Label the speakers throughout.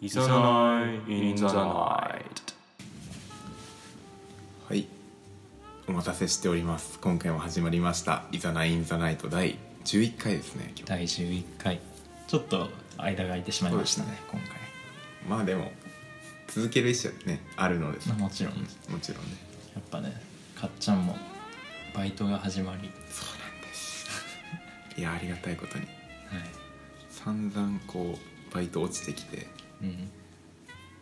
Speaker 1: いざないインザナイト
Speaker 2: はいお待たせしております今回も始まりました「いざないインザナイト」第11回ですね今日
Speaker 3: 第11回ちょっと間が空いてしまいましたね今
Speaker 2: まあでも続ける意思はねあるのです
Speaker 3: 回、
Speaker 2: も
Speaker 3: まあ、もちろんや
Speaker 2: ちろんね
Speaker 3: っぱねかっちゃんもバイトが始まり、
Speaker 2: そうなんですいやありがたいことに
Speaker 3: は
Speaker 2: 散々こうバイト落ちてきて
Speaker 3: いうん、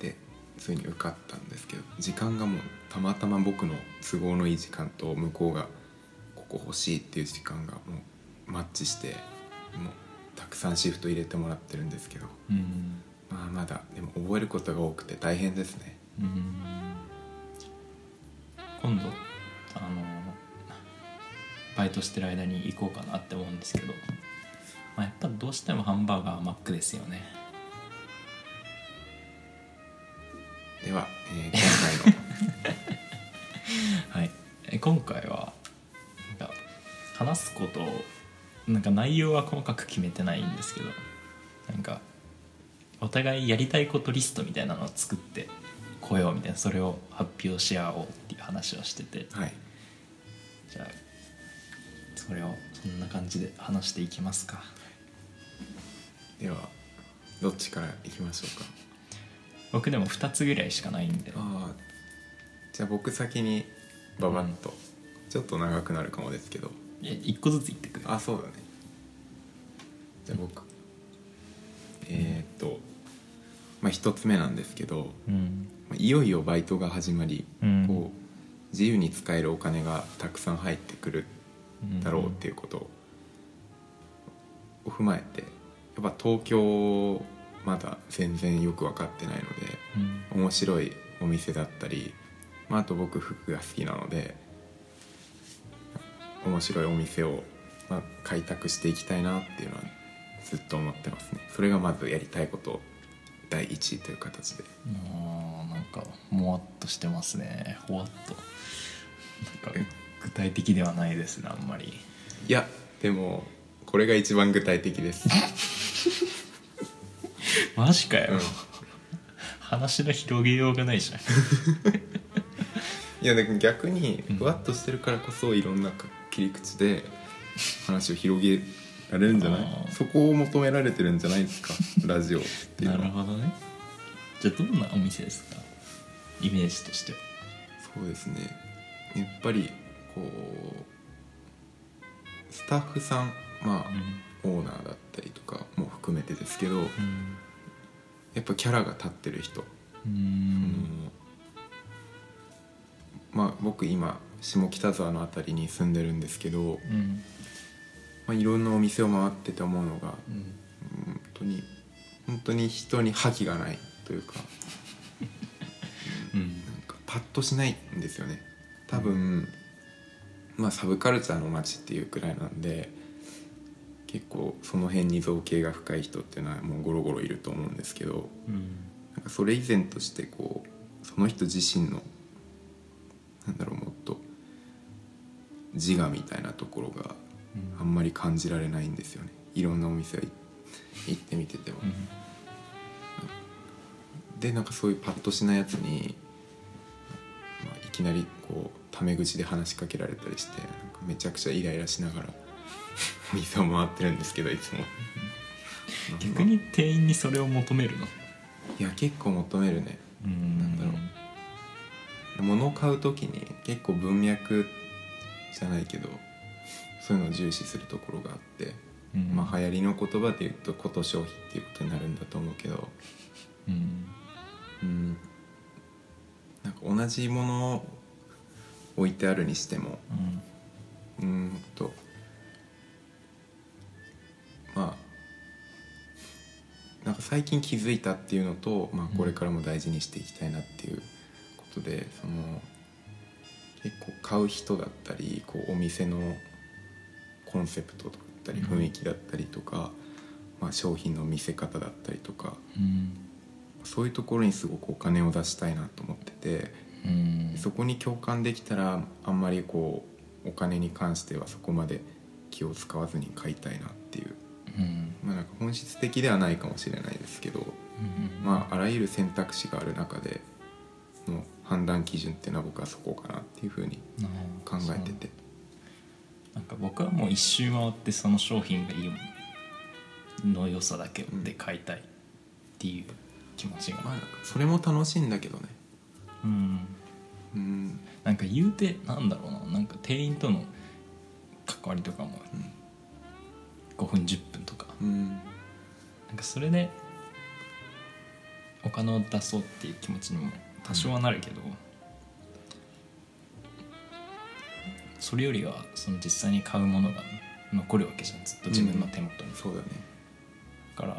Speaker 2: でついに受かったんですけど時間がもうたまたま僕の都合のいい時間と向こうがここ欲しいっていう時間がもうマッチしてもうたくさんシフト入れてもらってるんですけど
Speaker 3: うん
Speaker 2: まあまだでも覚えることが多くて大変ですね
Speaker 3: うん、今度あのバイトしてる間に行こうかなって思うんですけど、まあ、やっぱどうしてもハンバーガーはマックですよね
Speaker 2: では、えー 今回の
Speaker 3: はい、え今回はなんか話すことをなんか内容は細かく決めてないんですけどなんかお互いやりたいことリストみたいなのを作ってこようみたいなそれを発表し合おうっていう話をしてて
Speaker 2: はい
Speaker 3: じゃあそれをそんな感じで話していきますか
Speaker 2: ではどっちからいきましょうか
Speaker 3: 僕でも2つぐらいしかないんで
Speaker 2: ああじゃあ僕先にババッと、ちょっと長くなるかもですけど
Speaker 3: 1個ずつ言ってく
Speaker 2: あそうだねじゃあ僕えーっとまあ一つ目なんですけど
Speaker 3: うん
Speaker 2: まあいよいよバイトが始まり、
Speaker 3: うん
Speaker 2: こう自由に使えるお金がたくさん入ってくるだろうっていうことを踏まえてやっぱ東京まだ全然よく分かってないので
Speaker 3: うん
Speaker 2: 面白いお店だったり、まあ、あと僕服が好きなので面白いお店を、まあ、開拓していきたいなっていうのはずっと思ってますねそれがまずやりたいこと第一位という形で
Speaker 3: あーなんかもわっとしてますねほわっとなんか具体的ではないですねあんまり
Speaker 2: いやでもこれが一番具体的です
Speaker 3: マジかよ、
Speaker 2: うん
Speaker 3: 話の広げようがないじゃん
Speaker 2: いやでも逆に
Speaker 3: うん
Speaker 2: ふわっとしてるからこそいろんな切り口で話を広げられるんじゃな
Speaker 3: あー
Speaker 2: いそこを求められてるんじゃないですかラジオっていう
Speaker 3: な
Speaker 2: の
Speaker 3: る
Speaker 2: は
Speaker 3: ほどねじゃあどんなお店ですかイメージとしては
Speaker 2: そうですねやっぱりこうスタッフさんまあ、オーナーだったりとかも含めてですけどや
Speaker 3: うん
Speaker 2: っぱキャラが立ってる人、
Speaker 3: う
Speaker 2: うんまあ僕今下北沢の辺りに住んでるんですけど、
Speaker 3: うん
Speaker 2: まあ、いろんなお店を回ってて思うのがうん本当に本当に人に覇気がないというか
Speaker 3: うん
Speaker 2: なんかパッとしないんですよね多分、まあサブカルチャーの街っていうくらいなんで結構その辺に造形が深い人っていうのはもうゴロゴロいると思うんですけど
Speaker 3: うん
Speaker 2: なんかそれ以前としてこうその人自身のなんだろうもっと自我みたいなところがあんまり感じられないんですよねいろんなお店行行ってみてても。
Speaker 3: うん
Speaker 2: でなんかそういうパッとしないやつに、まあ、いきなりこうタメ口で話しかけられたりしてなんかめちゃくちゃイライラしな がらお店を回ってるんですけどいつも
Speaker 3: 逆に店員にそれを求めるの
Speaker 2: いや結構求めるね
Speaker 3: うん
Speaker 2: なんだろう物を買う時に結構文脈じゃないけどそういうのを重視するところがあって、
Speaker 3: うん
Speaker 2: まあ流行りの言葉で言うとこと消費っていうことになるんだと思うけど
Speaker 3: うん
Speaker 2: うんなんか同じものを置いてあるにしても
Speaker 3: うん
Speaker 2: うーんとまあなんか最近気づいたっていうのと、まあ、これからも大事にしていきたいなっていうことで、その結構買う人だったりこうお店のコンセプトだったり
Speaker 3: うん
Speaker 2: 雰囲気だったりとか、まあ、商品の見せ方だったりとか
Speaker 3: うん
Speaker 2: そういうところにすごくお金を出したいなと思ってて。
Speaker 3: うん
Speaker 2: そこに共感できたらあんまりこうお金に関してはそこまで気を使わずに買いたいなっていう
Speaker 3: うん
Speaker 2: まあなんか本質的ではないかもしれないですけど、
Speaker 3: うんうん
Speaker 2: まあ、あらゆる選択肢がある中での判断基準っていうのは僕はそこかなっていうふうに考えてて
Speaker 3: なんか僕はもう一周回ってその商品がいいものの良さだけで買いたいっていう気持ちが、
Speaker 2: まあそれも楽しいんだけどね
Speaker 3: うん
Speaker 2: うん
Speaker 3: なんか言うてなんだろうななんか店員との関わりとかも
Speaker 2: うん
Speaker 3: 5分10分とか
Speaker 2: うん
Speaker 3: なんかそれでお金を出そうっていう気持ちにも多少はなるけど、それよりはその実際に買うものが残るわけじゃんずっと自分の手元に、
Speaker 2: そうだね
Speaker 3: だから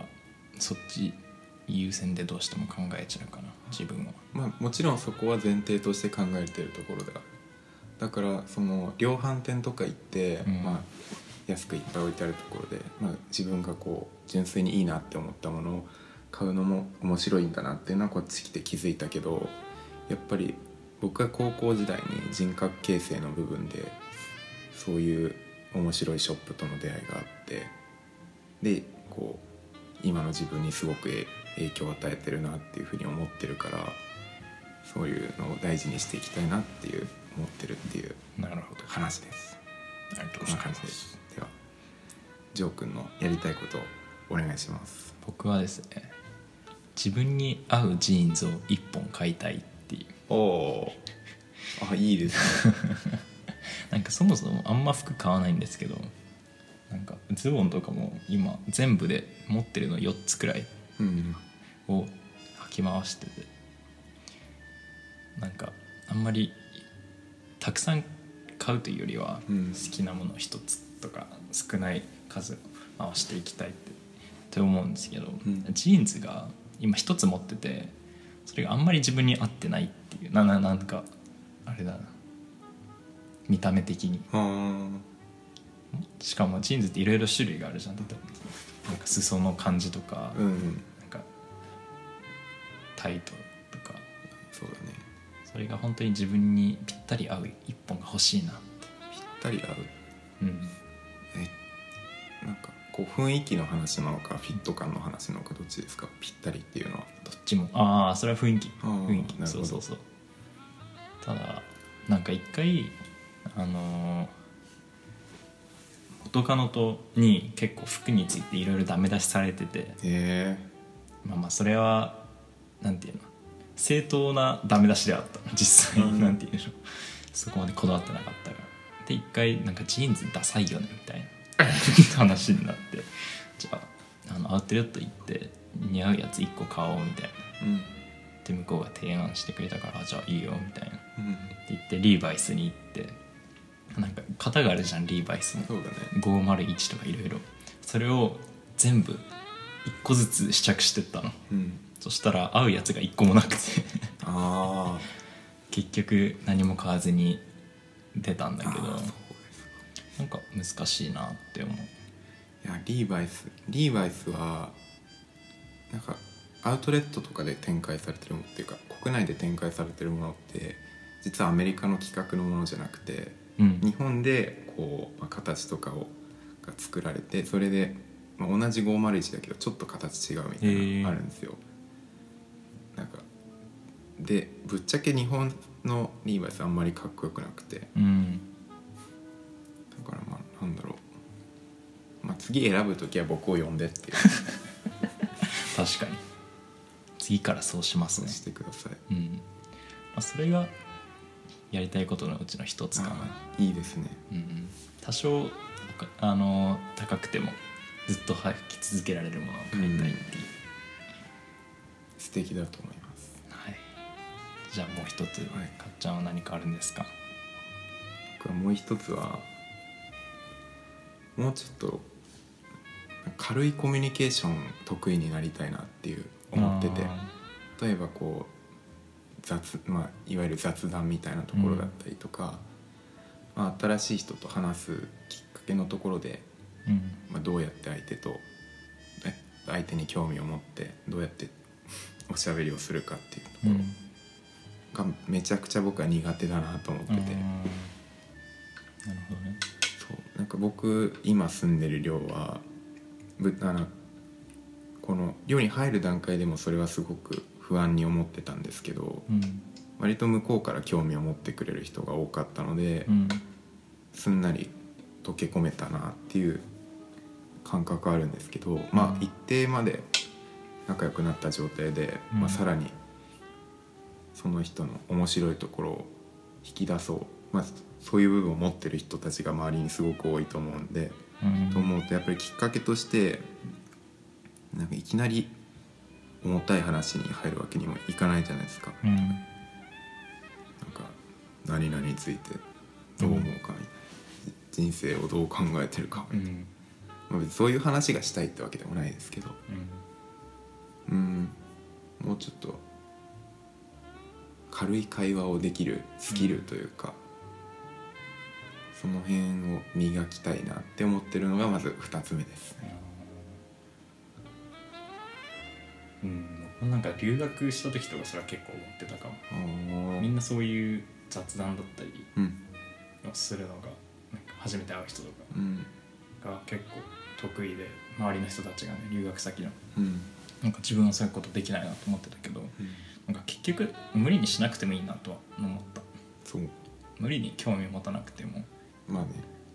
Speaker 3: そっち優先でどうしても考えちゃうかな自分は
Speaker 2: まあもちろんそこは前提として考えてるところではあるだからその量販店とか行って、
Speaker 3: うん
Speaker 2: まあ安くいっぱい置いてあるところで、まあ、自分がこう純粋にいいなって思ったものを買うのも面白いんだなっていうのはこっち来て気づいたけどやっぱり僕が高校時代に人格形成の部分でそういう面白いショップとの出会いがあってでこう今の自分にすごくえ影響を与えてるなっていうふうに思ってるからそういうのを大事にしていきたいなっていう思ってるっていう
Speaker 3: なるほど
Speaker 2: 話です。
Speaker 3: ありがと
Speaker 2: こ
Speaker 3: うご
Speaker 2: ん
Speaker 3: ざ
Speaker 2: ない感
Speaker 3: ま
Speaker 2: じですではジョー君のやりたいことをお願いします。
Speaker 3: 僕はですね自分に合うジーンズを1本買いたいっていう
Speaker 2: おおあいいですね。
Speaker 3: なんかそもそもあんま服買わないんですけどなんかズボンとかも今全部で持ってるの4つくらい
Speaker 2: うん
Speaker 3: を履き回しててなんかあんまりたくさん買うというよりは
Speaker 2: うん
Speaker 3: 好きなもの1つとか少ない数を回していきたいってって思うんですけど、
Speaker 2: うん
Speaker 3: ジーンズが今1つ持っててそれがあんまり自分に合ってないっていうなななんかあれだな見た目的に。
Speaker 2: あー
Speaker 3: しかもジーンズっていろいろ種類があるじゃん例えばなんか裾の感じとか、
Speaker 2: うん
Speaker 3: なんかタイトとか
Speaker 2: そうだね。
Speaker 3: それが本当に自分にぴったり合う一本が欲しいなって
Speaker 2: ぴったり合う。
Speaker 3: うん
Speaker 2: えなんかこう雰囲気の話なのかフィット感の話なのかどっちですかぴったりっていうのは
Speaker 3: どっちもああそれは雰囲気
Speaker 2: あー
Speaker 3: 雰囲
Speaker 2: な
Speaker 3: 気
Speaker 2: るほ
Speaker 3: そう
Speaker 2: ど
Speaker 3: そうそうただなんか一回あのー元カノとに結構服についていろいろダメ出しされてて
Speaker 2: へ
Speaker 3: まあまあそれはなんていうの正当なダメ出しではあった実際
Speaker 2: うん
Speaker 3: になんていうんでしょうそこまでこだわってなかったからで一回なんかジーンズダサいよねみたいな話になってじゃああのアウトレット行って似合うやつ1個買おうみたいな
Speaker 2: えうん
Speaker 3: で向こうが提案してくれたからあじゃあいいよみたいなって
Speaker 2: うん
Speaker 3: 言ってリーバイスに行ってなんか型があるじゃんリーバイスも
Speaker 2: そうだね
Speaker 3: 501とかいろいろそれを全部1個ずつ試着してったの
Speaker 2: うん
Speaker 3: そしたら合うやつが一個もなくて
Speaker 2: ああ
Speaker 3: 結局何も買わずに出たんだ
Speaker 2: あ
Speaker 3: けど
Speaker 2: ーそうですか
Speaker 3: なんか難しいなって思う
Speaker 2: いやリーバイスリーバイスはなんかアウトレットとかで展開されてるものっていうか国内で展開されてるものって実はアメリカの企画のものじゃなくて
Speaker 3: うん
Speaker 2: 日本でこう、まあ形とかをが作られてそれで、まあ、同じ501だけどちょっと形違うみたい
Speaker 3: へ
Speaker 2: な
Speaker 3: ー
Speaker 2: のあるんですよ。なんかでぶっちゃけ日本のリーバイスあんまりかっこよくなくてだ
Speaker 3: うん
Speaker 2: からまあなんだろう、まあ、次選ぶ時は僕を呼んでっていう
Speaker 3: 確かに次からそうします
Speaker 2: そう
Speaker 3: ね
Speaker 2: してください。
Speaker 3: うん、まあ、それがやりたいことのうちの一つかな、
Speaker 2: あーいいですね。
Speaker 3: うん、多少おかあの高くてもずっと履き続けられるものを買いたいっていう、
Speaker 2: 素敵だと思います。
Speaker 3: はいじゃあもう一つ、
Speaker 2: はい
Speaker 3: かっちゃんは何かあるんですか
Speaker 2: 僕はもう一つはもうちょっと軽いコミュニケーション得意になりたいなっていう思ってて例えばこう雑、まあ、いわゆる雑談みたいなところだったりとか、まあ、新しい人と話すきっかけのところで、
Speaker 3: うん
Speaker 2: まあ、どうやって相手とえ相手に興味を持ってどうやっておしゃべりをするかっていうとこ
Speaker 3: う
Speaker 2: ろ
Speaker 3: ん
Speaker 2: がめちゃくちゃ僕は苦手だなと思ってて、
Speaker 3: うんなるほどね
Speaker 2: そうなんか僕今住んでる寮はぶあのこの寮に入る段階でもそれはすごく不安に思ってたんですけど
Speaker 4: うん
Speaker 2: 割と向こうから興味を持ってくれる人が多かったので、
Speaker 4: うん
Speaker 2: すんなり溶け込めたなっていう感覚あるんですけど、まあ一定まで仲良くなった状態で、
Speaker 4: うん
Speaker 2: まあ、さらにその人の面白いところを引き出そう、まあ、そういう部分を持ってる人たちが周りにすごく多いと思うんで、
Speaker 4: うん
Speaker 2: と思うとやっぱりきっかけとしてなんかいきなり重たい話に入るわけにもいかないじゃないですか。
Speaker 4: うん
Speaker 2: なんか何々についてどう思うか、人生をどう考えてるか、
Speaker 4: うん
Speaker 2: まあ別にそういう話がしたいってわけでもないですけどうんもうちょっと軽い会話をできるスキルというか、その辺を磨きたいなって思ってるのがまず2つ目ですね。
Speaker 3: うん、僕もなんか留学した時とかそれは結構思ってたかも
Speaker 2: あ
Speaker 3: み
Speaker 2: ー
Speaker 3: んなそういう雑談だったり
Speaker 2: うん
Speaker 3: をするのがなんか初めて会う人と
Speaker 2: うん
Speaker 3: かが結構得意で周りの人たちがね留学先の
Speaker 2: うん
Speaker 3: なんか自分はそういうことできないなと思ってたけどなんか結局無理にしなくてもいいなとは思った
Speaker 2: そう
Speaker 3: 無理に興味を持たなくても
Speaker 2: まあね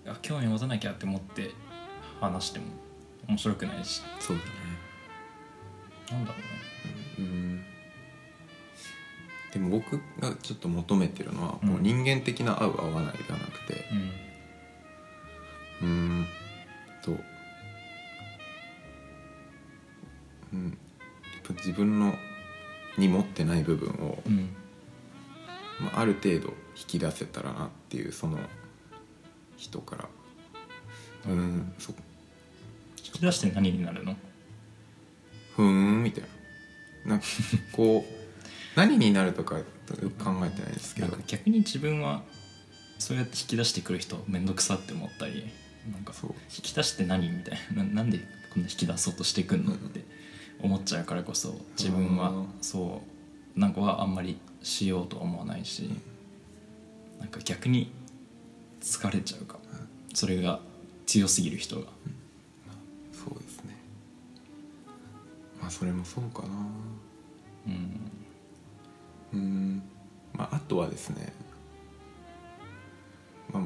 Speaker 3: あ興味持たなきゃって思って話しても面白くないし
Speaker 2: そうだね
Speaker 3: なんだろ
Speaker 2: うんでも僕がちょっと求めてるのは、
Speaker 3: うん
Speaker 2: もう人間的な合う合わないではなくて
Speaker 3: うね
Speaker 2: うーんと、うん、やっぱ自分のに持ってない部分を、
Speaker 3: うんうん
Speaker 2: まあ、ある程度引き出せたらなっていうその人からうーんそ
Speaker 3: 引き出して何になるの
Speaker 2: ふーんみたいななんかこう 何になるとか考えてないですけ
Speaker 3: なん
Speaker 2: ど
Speaker 3: か逆に自分はそうやって引き出してくる人面倒くさって思ったりなんか
Speaker 2: そう
Speaker 3: 引き出して何みたいなななんでこんな引き出そうとしてくんのって思っちゃうからこそ自分
Speaker 2: う
Speaker 3: は
Speaker 2: ん
Speaker 3: そうなんかはあんまりしようとは思わないしなんか逆に疲れちゃうかもそれが強すぎる人が
Speaker 2: そうですねまあそれもそうかな
Speaker 3: うん
Speaker 2: うんまああとはですね、ま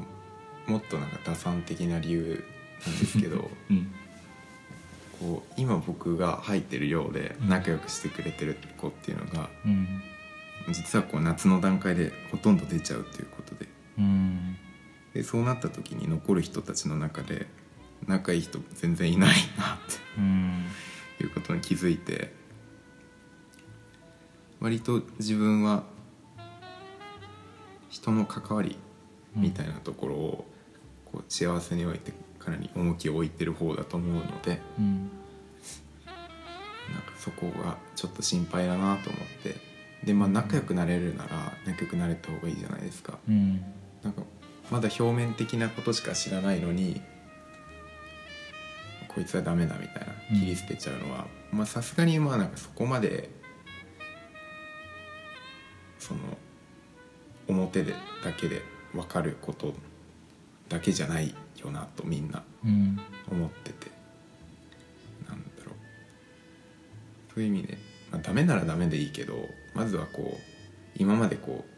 Speaker 2: あ、もっとなんか打算的な理由なんですけど
Speaker 3: うん
Speaker 2: こう今僕が入ってるようで仲良くしてくれてる子っていうのが
Speaker 3: うん
Speaker 2: 実はこう夏の段階でほとんど出ちゃうということで
Speaker 3: うん
Speaker 2: でそうなった時に残る人たちの中で仲いい人全然いないなって
Speaker 3: うん
Speaker 2: いうことに気づいて割と自分は人の関わりみたいなところをこう幸せにおいてかなり重きを置いてる方だと思うので
Speaker 3: うん
Speaker 2: なんかそこがちょっと心配だなと思ってでまあ仲良くなれるなら仲良くなれた方がいいじゃないですか。
Speaker 3: うん
Speaker 2: なんかまだ表面的なことしか知らないのにこいつはダメだみたいな切り捨てちゃうのはまあさすがにまあなんかそこまでその表でだけで分かることだけじゃないよなとみんな
Speaker 3: うん
Speaker 2: 思っててなんだろうそういう意味で、まあ、ダメならダメでいいけどまずはこう今までこう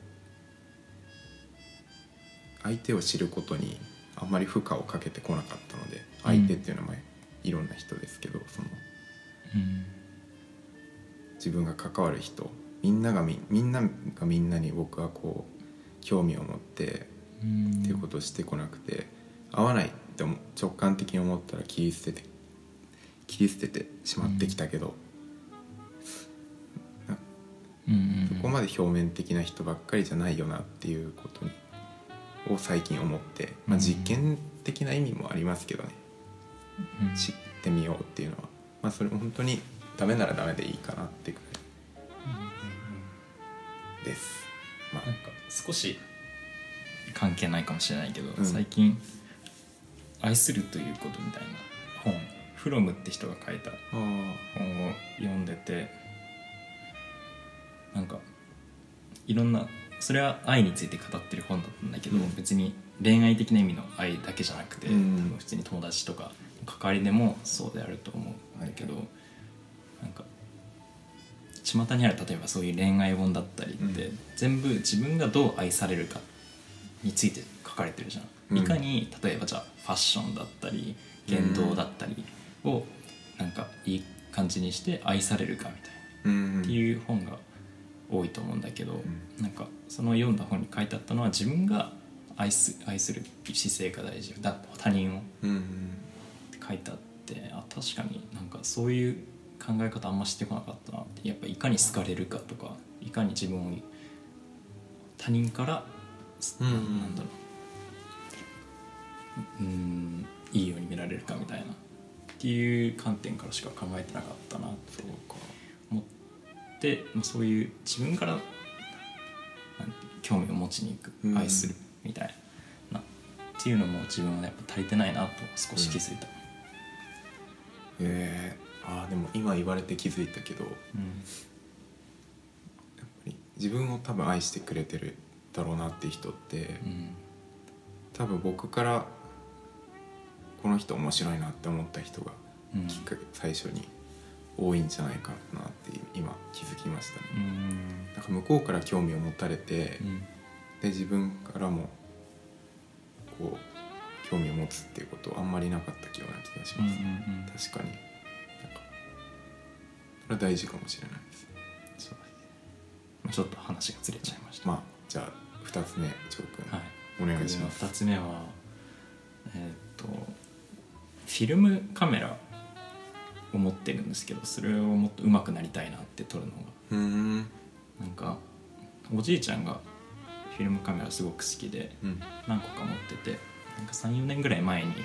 Speaker 2: 相手を知ることにあんまり負荷をかけてこなかったので相手っていうのはまあいろんな人ですけど、その自分が関わる人みんながみみんながみんなに僕はこう興味を持って
Speaker 3: うん
Speaker 2: っていうことをしてこなくて合わないって思直感的に思ったら切り捨てて切り捨ててしまってきたけど、
Speaker 3: うんうん
Speaker 2: そこまで表面的な人ばっかりじゃないよなっていうことにを最近思って、まあ、
Speaker 3: うん
Speaker 2: 実験的な意味もありますけどね、
Speaker 3: うん
Speaker 2: 知ってみようっていうのは、まあ、それ本当にダメならダメでいいかなってくらいです。まあ
Speaker 3: なんか少し関係ないかもしれないけど、
Speaker 2: うん
Speaker 3: 最近「愛するということ」みたいな本フロムって人が書いた
Speaker 2: あー
Speaker 3: 本を読んでてなんかいろんなそれは愛について語ってる本だったんだけど、
Speaker 2: うん
Speaker 3: 別に恋愛的な意味の愛だけじゃなくて、
Speaker 2: うん
Speaker 3: 多分普通に友達とか関わりでもそうであると思うんだけど、なんか巷にある例えばそういう恋愛本だったりって、
Speaker 2: うん
Speaker 3: 全部自分がどう愛されるかについて書かれてるじゃん、
Speaker 2: うん
Speaker 3: いかに例えばじゃあファッションだったり言動だったりをなんかいい感じにして愛されるかみたいな
Speaker 2: うん
Speaker 3: っていう本が多いと思うんだけど、
Speaker 2: う
Speaker 3: なんかその読んだ本に書いてあったのは自分が愛す愛する姿勢が大事だ他人をっ
Speaker 2: うんうん
Speaker 3: て書いてあってあ確かになんかそういう考え方あんましてこなかったなってやっぱいかに好かれるかとかいかに自分を他人から、
Speaker 2: うんうん
Speaker 3: ななんだろううんいいように見られるかみたいなっていう観点からしか考えてなかったなって思って、まあ、そういう自分からなん興味を持ちに行く
Speaker 2: うん
Speaker 3: 愛するみたいな、っていうのも自分はやっぱ足りてないなと少し気づいた、
Speaker 2: えー、あーでも今言われて気づいたけど
Speaker 3: うん
Speaker 2: 自分を多分愛してくれてるだろうなっていう人って
Speaker 3: うん
Speaker 2: 多分僕からこの人面白いなって思った人が
Speaker 3: うん
Speaker 2: きっかけ最初に多いんじゃないかなって今気づきましたね。
Speaker 3: うん
Speaker 2: なんか向こうから興味を持たれて、
Speaker 3: うん
Speaker 2: で自分からもこう興味を持つっていうことはあんまりなかったような気がし
Speaker 3: うんう
Speaker 2: ま
Speaker 3: ん
Speaker 2: す、
Speaker 3: うん
Speaker 2: 確かになんかこれは大事かもしれないです
Speaker 3: そうだねまあちょっと話がずれちゃいました、
Speaker 2: まあじゃあ2つ目チョー君、
Speaker 3: はい
Speaker 2: お願いします
Speaker 3: 2つ目はえーっとフィルムカメラを持ってるんですけどそれをもっと上手くなりたいなって撮るのが
Speaker 2: うーん
Speaker 3: なんかおじいちゃんがフィルムカメラすごく好きで
Speaker 2: うん
Speaker 3: 何個か持っててなんか34年ぐらい前に一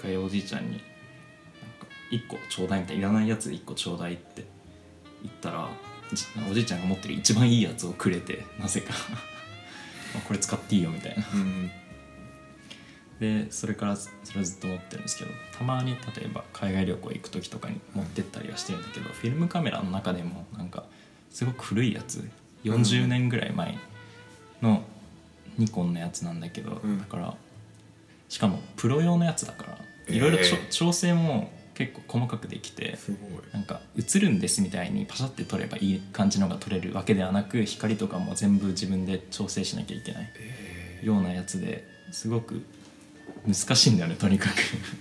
Speaker 3: 回おじいちゃんに「なんか1個ちょうだい」みたいな「いらないやつ1個ちょうだい」って言ったらじおじいちゃんが持ってる一番いいやつをくれてなぜか まあこれ使っていいよみたいな
Speaker 2: うん
Speaker 3: でそれからそれをずっと持ってるんですけどたまに例えば海外旅行行く時とかに持ってったりはしてるんだけど、フィルムカメラの中でもなんかすごく古いやつ40年ぐらい前のニコンのやつなんだけど、
Speaker 2: うん
Speaker 3: だからしかもプロ用のやつだからいろいろちょ
Speaker 2: えー
Speaker 3: 調整も結構細かくできて
Speaker 2: すごい
Speaker 3: なんか映るんですみたいにパシャって撮ればいい感じのが撮れるわけではなく光とかも全部自分で調整しなきゃいけない
Speaker 2: え
Speaker 3: ようなやつですごく難しいんだよねとにかく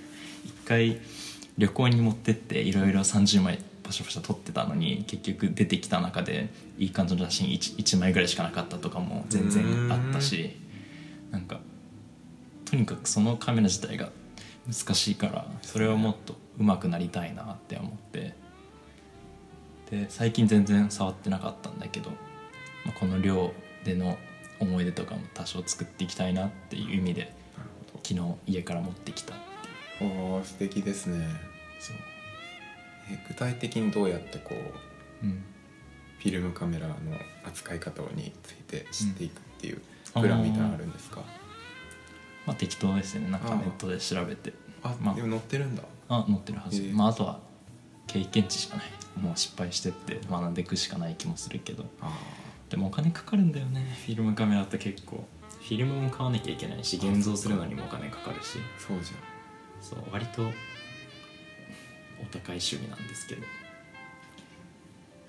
Speaker 3: 一回旅行に持ってっていろいろ30枚パシャパシャ撮ってたのに結局出てきた中でいい感じの写真 1, 枚ぐらいしかなかったとかも全然あったしなんかとにかくそのカメラ自体が難しいからそれをもっと上手くなりたいなって思ってで最近全然触ってなかったんだけど、まあ、この寮での思い出とかも多少作っていきたいなっていう意味で
Speaker 2: ー、なるほ
Speaker 3: 昨日家から持ってきた
Speaker 2: どおー素敵ですね
Speaker 3: そう、
Speaker 2: え具体的にどうやってこう
Speaker 3: うん、
Speaker 2: フィルムカメラの扱い方について知っていくっていう
Speaker 3: うん
Speaker 2: プランみたいなのあるんですか、
Speaker 3: まあ適当ですよねなんか
Speaker 2: あー
Speaker 3: ネットで調べて
Speaker 2: あ、
Speaker 3: まあ
Speaker 2: でも載ってるんだ
Speaker 3: あ載ってるはず、
Speaker 2: へえ
Speaker 3: まああとは経験値しかないもう失敗してって学んでいくしかない気もするけど
Speaker 2: あ
Speaker 3: でもお金かかるんだよねフィルムカメラって結構フィルムも買わなきゃいけないし現像するのにもお金かかるし
Speaker 2: あそうじ
Speaker 3: そう割とお高い趣味なんですけど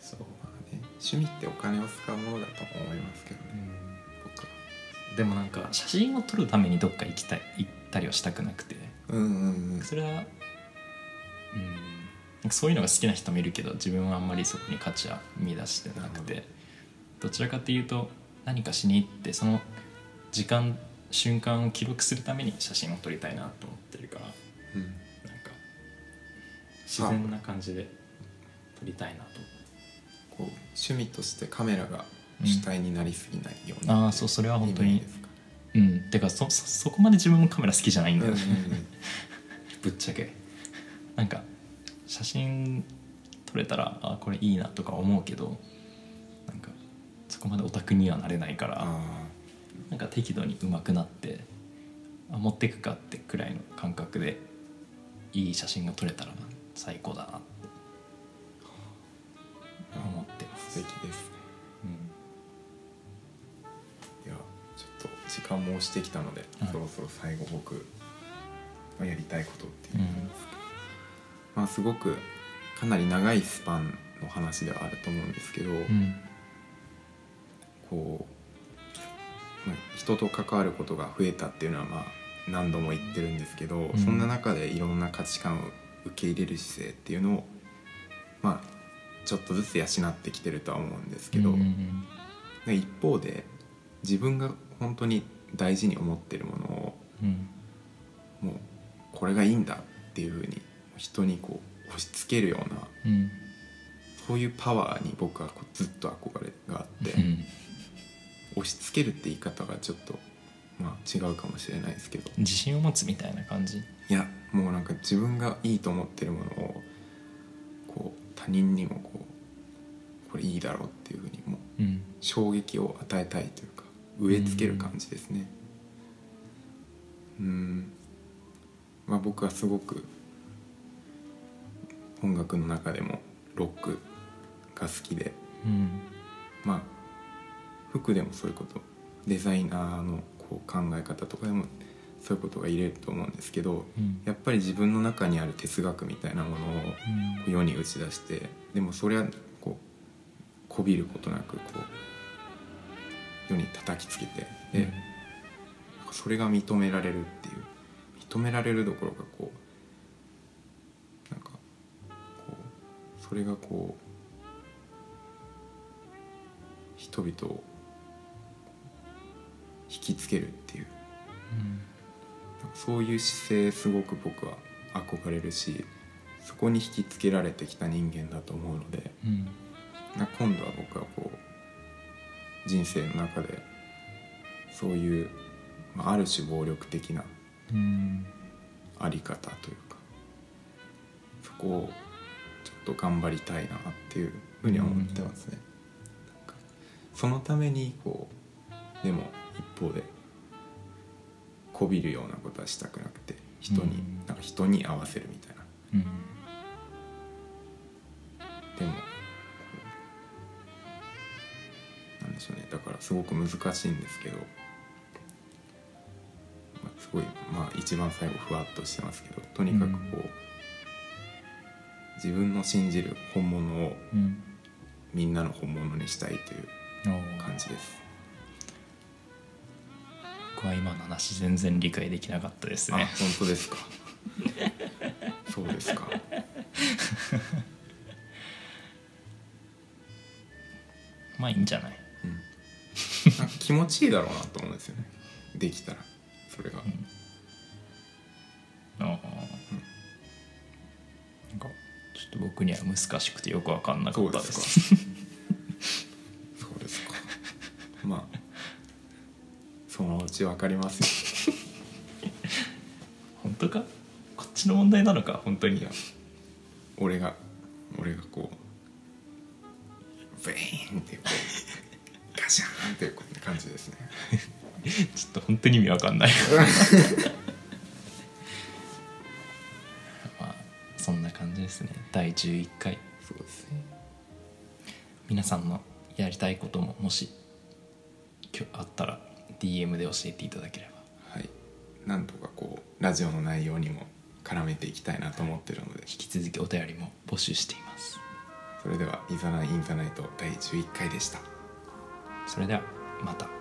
Speaker 3: そう
Speaker 2: ゃん、まあね、趣味ってお金を使うものだと思いますけどね僕は
Speaker 3: でもなんか写真を撮るためにどっか行きたい行ったりはしたくなくて
Speaker 2: うんうん
Speaker 3: それはうんなんかそういうのが好きな人もいるけど自分はあんまりそこに価値は見出してなく
Speaker 2: な
Speaker 3: てどちらかっていうと何かしに行ってその時間瞬間を記録するために写真を撮りたいなと思ってるから
Speaker 2: うんうん
Speaker 3: なんか自然な感じで撮りたいなと
Speaker 2: こう趣味としてカメラが主体になりすぎないように、
Speaker 3: ああーそうそれは本当
Speaker 2: いい
Speaker 3: に
Speaker 2: ですか
Speaker 3: うんてかそそそこまで自分もカメラ好きじゃないん
Speaker 2: うん
Speaker 3: だ
Speaker 2: うんう
Speaker 3: よ
Speaker 2: ん
Speaker 3: ね、ぶっちゃけなんか写真撮れたらあこれいいなとか思うけどなんかそこまでオタクにはなれないから
Speaker 2: あ
Speaker 3: なんか適度に上手くなってあ持ってくかってくらいの感覚でいい写真が撮れたら最高だなって思ってま
Speaker 2: あ
Speaker 3: す、
Speaker 2: 素敵ですね
Speaker 3: うん
Speaker 2: いやちょっと時間も押してきたので、
Speaker 3: はい
Speaker 2: そろそろ最後僕のやりたいことっていうのがあるんですけど、まあすごくかなり長いスパンの話ではあると思うんですけど、
Speaker 3: うん
Speaker 2: こう、まあ、人と関わることが増えたっていうのはまあ何度も言ってるんですけど、
Speaker 3: ん
Speaker 2: そんな中でいろんな価値観を受け入れる姿勢っていうのをまあちょっとずつ養ってきてるとは思うんですけど、
Speaker 3: うんうん
Speaker 2: で一方で自分が本当に大事に思ってるものを
Speaker 3: うん
Speaker 2: もうこれがいいんだっていうふうに人にこう押し付けるような
Speaker 3: うん
Speaker 2: そういうパワーに僕はこうずっと憧れがあって、
Speaker 3: うん
Speaker 2: 押し付けるって言い方がちょっとまあ違うかもしれないですけど
Speaker 3: 自信を持つみたいな感じ
Speaker 2: いやもうなんか自分がいいと思ってるものをこう他人にもこうこれいいだろうっていうふうにもう
Speaker 3: うん
Speaker 2: 衝撃を与えたいというか植え付ける感じですねうんまあ僕はすごく音楽の中でもロックが好きで
Speaker 3: うん
Speaker 2: まあ服でもそういうことデザイナーのこう考え方とかでもそういうことが入れると思うんですけど
Speaker 3: うん
Speaker 2: やっぱり自分の中にある哲学みたいなものをこう世に打ち出してでもそれはこうこびることなくこう世に叩きつけてで、なんかそれが認められるっていう認められるどころかこうなんかこうそれがこう人々を引きつけるっていうそういう姿勢すごく僕は憧れるしそこに引きつけられてきた人間だと思うので
Speaker 3: うん
Speaker 2: な今度は僕はこう人生の中でそういう、まあ、ある種暴力的な
Speaker 3: うん
Speaker 2: あり方というかそこをちょっと頑張りたいなっていうふうには思ってますね。なんかそのためにこうでも一方でこびるようなことはしたくなくて人に、
Speaker 3: うん
Speaker 2: なんか人に合わせるみたいな
Speaker 3: うん
Speaker 2: でもこうなんでしょうねだからすごく難しいんですけど、まあ、すごいまあ一番最後ふわっとしてますけどとにかくこう、自分の信じる本物を
Speaker 3: うん
Speaker 2: みんなの本物にしたいという
Speaker 3: おー
Speaker 2: 感じです。
Speaker 3: 僕は今の話全然理解できなかったです
Speaker 2: あ
Speaker 3: ね
Speaker 2: 本当ですかそうですか
Speaker 3: まあいいんじゃない
Speaker 2: なんか気持ちいいだろうなと思うんですよねできたらそれが、
Speaker 3: あーなんかちょっと僕には難しくてよく分かんなか
Speaker 2: そ
Speaker 3: っ
Speaker 2: う
Speaker 3: た
Speaker 2: で
Speaker 3: です
Speaker 2: すかそうですかまあそのうちわかります
Speaker 3: 本当かこっちの問題なのか本当
Speaker 2: よい
Speaker 3: に
Speaker 2: や俺が俺がこうブイーンってこうガシャーンってこんな感じですね
Speaker 3: ちょっと本当に意味わかんないまあそんな感じですね第11回
Speaker 2: そうですね
Speaker 3: 皆さんのやりたいことももし今日あったら DM で教えていただければ
Speaker 2: はいなんとかこうラジオの内容にも絡めていきたいなと思ってるので
Speaker 3: 引き続きお便りも募集しています
Speaker 2: それでは「いざないインザナイト」第11回でした
Speaker 3: それではまた